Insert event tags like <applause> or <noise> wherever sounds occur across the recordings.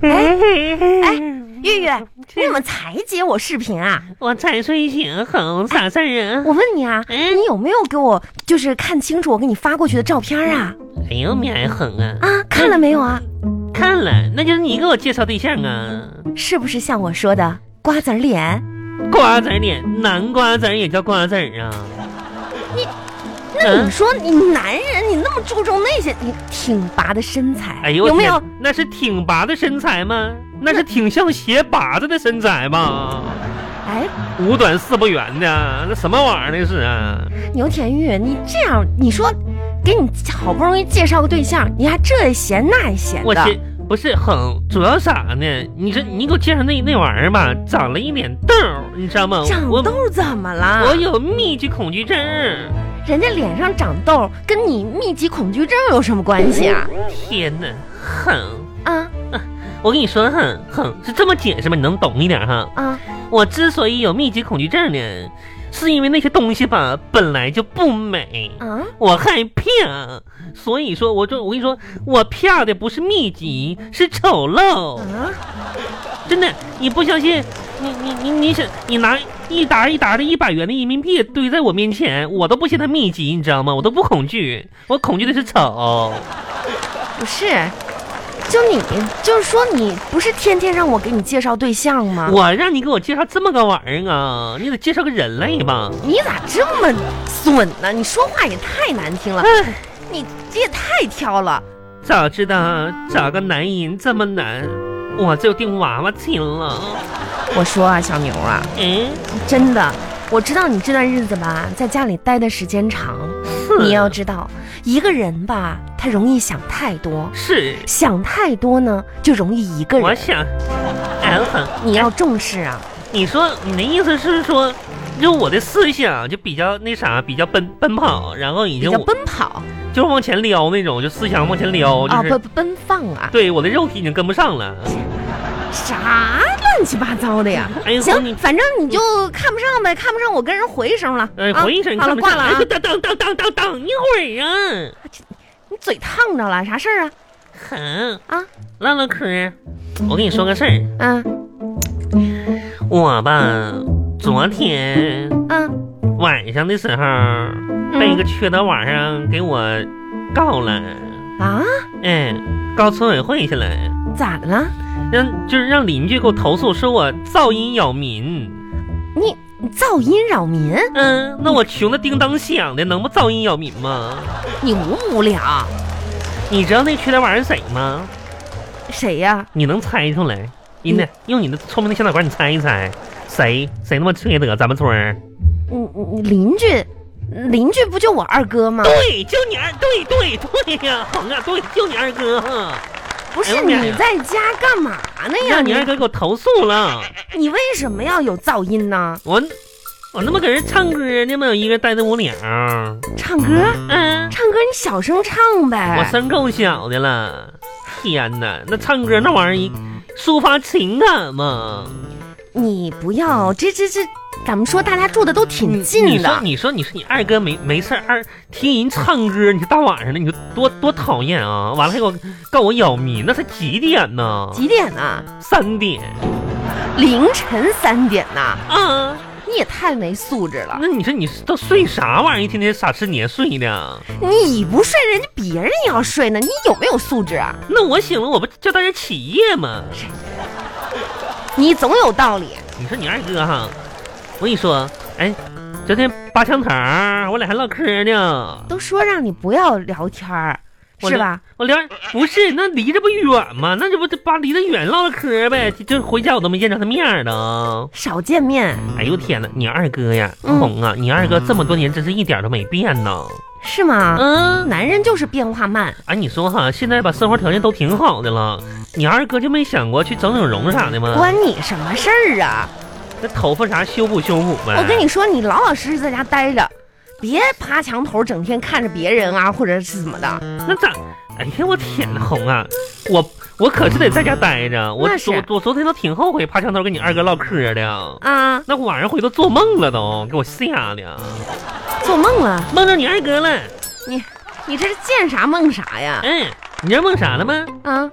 嗯你怎么才接我视频啊？哎我才睡醒，哼，啥事儿啊？我问你啊，嗯你有没有给我就是看清楚我给你发过去的照片啊？哎呦，没挨哼啊！啊，看了没有啊？看了，那就是你给我介绍对象啊。是不是像我说的瓜子儿脸？瓜子儿脸，南瓜子儿也叫瓜子儿啊？那嗯你说你男人，你那么注重那些，你挺拔的身材，哎呦，有没天有？？那是挺拔的身材吗？那是挺像鞋拔子的身材吧？哎，五短四不圆的，啊那什么玩意儿那是啊？牛田玉，你这样，你说给你好不容易介绍个对象，你还这也嫌那也嫌我的，这不是哼，主要啥呢？你说你给我介绍那那玩意儿吧，长了一脸痘儿，你知道吗？长我痘啊怎么我了？有密集恐惧症儿。人家脸上长痘跟你密集恐惧症有什么关系啊？天哪，哼！啊我跟你说，哼哼，是这么解释吗？你能懂一点哈？啊！我之所以有密集恐惧症呢，是因为那些东西吧本来就不美，啊，我害怕，所以说我就我跟你说，我怕的不是密集，是丑陋。啊真的，你不相信？你你你你想，你拿一沓一沓的一百元的人民币堆在我面前，我都不嫌它密集，你知道吗？我都不恐惧，我恐惧的是丑。啊不是，就你就是说你不是天天让我给你介绍对象吗？我让你给我介绍这么个玩意儿啊，你得介绍个人类吧？你咋这么损呢？你说话也太难听了，唉。你这也太挑了。早知道找个男人这么难，我就定娃娃亲了。我说啊，小牛啊，嗯，真的，我知道你这段日子吧，在家里待的时间长，是你要知道，一个人吧，他容易想太多，是，想太多呢，就容易一个我人。想，哎哼，你要重视啊，你说你的意思是说，就我的思想就比较那啥，比较奔奔跑，然后已比经较我奔跑就是往前撩那种，就思想往前撩，啊，就是、奔奔放啊，对我的肉体已经跟不上了。啥乱七八糟的呀？哎呦，行你，反正你就看不上呗，看不上我跟人回一声了。哎，啊回一声，好了，你看不挂上了哎啊！等等等等等等一会儿啊， <laughs> 你嘴烫着了，啥事儿啊？哼啊，唠唠嗑儿，我跟你说个事儿。嗯我吧，昨天嗯，晚上的时候嗯被一个缺德玩意儿给我告了，啊，哎，告村委会去了，咋的了？让就是让邻居给我投诉说我噪音扰民。你你噪音扰民，嗯，那我穷的叮当响的，能不噪音扰民吗？你无不无聊？你知道那缺德玩意儿是谁吗？谁呀、你能猜出来？真的，用你的聪明的小脑瓜，你猜一猜，谁谁那么缺德？咱们村儿？你你你邻居，邻居不就我二哥吗？对，就你二，对对对呀，好啊，对，就你二哥哈。不哎是呦妈你呀在家干嘛呢哎呀？让你二你哥给我投诉了。你为什么要有噪音呢？我我那么搁这唱歌呢嘛，一个人呆着无聊。唱歌，嗯，唱歌你小声唱我呗。声够小的了。天哪，那唱歌那玩意儿一嗯抒发情感嘛。你不要这这这，咱们说大家住的都挺你近说的，你说你说你二哥没没事儿二听人唱歌，你说大晚上的，你说多多讨厌啊！完了还给我告我扰民，那才几点呢？几点呢？三点凌晨三点呢？啊！你也太没素质了！那你说你都睡啥玩意儿？一天天傻吃黏睡的。你不睡，人家别人也要睡呢，你有没有素质啊？那我醒了，我不叫大家起夜吗？你总有道理。你说你二哥哈，啊我跟你说，哎，昨天拔枪头儿，我俩还唠嗑呢，都说让你不要聊天儿，我是吧？我聊不是那离这不远吗？那这不扒离得远唠唠嗑呗，就就回家我都没见着他面儿呢。少见面哎呦天哪，你二哥呀，嗯红啊，你二哥这么多年真是一点都没变呢。是吗？嗯，男人就是变化慢，哎，你说哈，现在吧生活条件都挺好的了，你二哥就没想过去整整容啥的吗？关你什么事儿啊？那头发啥修补修补呗。我跟你说，你老老实实在家待着，别趴墙头整天看着别人啊，或者是怎么的。那咋？哎呀，我天呐，红啊！我我可是得在家待着。我那是昨我昨天都挺后悔爬墙头跟你二哥唠嗑的，啊，那晚上回头做梦了都，给我吓的，做梦了！梦着你二哥了。你你这是见啥梦啥呀？嗯，你知道梦啥了吗？啊，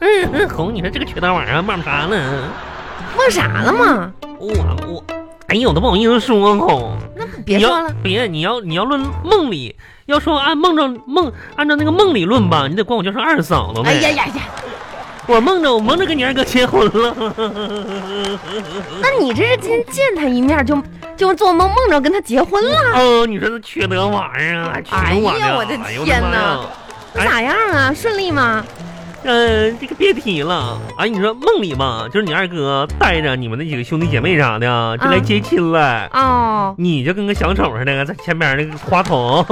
嗯，红，你说这个缺德玩意儿忘啥了？忘啥了嘛？我我，哎呀，我都不好意思说红。那别说了你要，别，你要你要论梦里，要说按梦着梦按照那个梦理论吧，你得管我叫声二嫂子呗。哎呀呀呀，我梦着我梦着跟你二哥结婚了，那你这是今天见他一面就就做梦梦着跟他结婚了，哦，你说这缺德玩意儿啊，缺德玩意哎儿呀啊！我的哎呦天妈呀哪！哎那咋样啊？顺利吗？嗯，这个别提了。哎，你说梦里嘛，就是你二哥带着你们那几个兄弟姐妹啥的啊，就来接亲了。哦，你就跟个小丑似的，在前边那个花筒，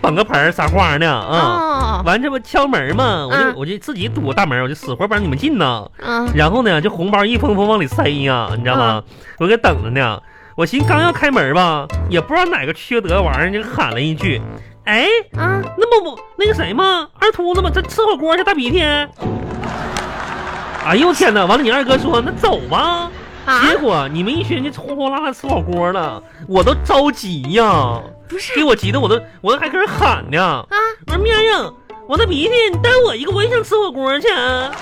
绑个盆儿撒花呢啊！哦，完这不敲门嘛，我就、嗯我就自己堵大门，我就死活不让你们进呢。嗯，然后呢，就红包一封封往里塞呀，你知道吗？我搁等着呢。我寻刚要开门吧，也不知道哪个缺德玩意儿就喊了一句：“哎，啊，那么我那个谁嘛，二秃子嘛，他吃火锅去大鼻涕。”哎呦我天哪！完了，你二哥说那走吧。啊，结果你们一群人就呼呼啦啦吃火锅了，我都着急呀，不是给我急的我都我都还搁这喊呢。啊，我说面呀，我那鼻涕，你带我一个，我也想吃火锅去。啊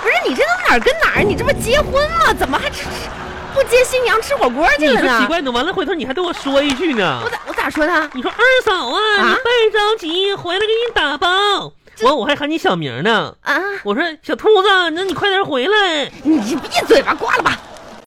不是你这都哪儿跟哪儿？你这不结婚吗？怎么还吃不接新娘吃火锅去你了说奇呢？怪呢，完了回头你还对我说一句呢我。咋我咋说他？你说二嫂啊，啊你别着急，回来给你打包。完我还喊你小名呢，啊，我说小兔子，那你快点回来。你闭嘴吧，挂了吧。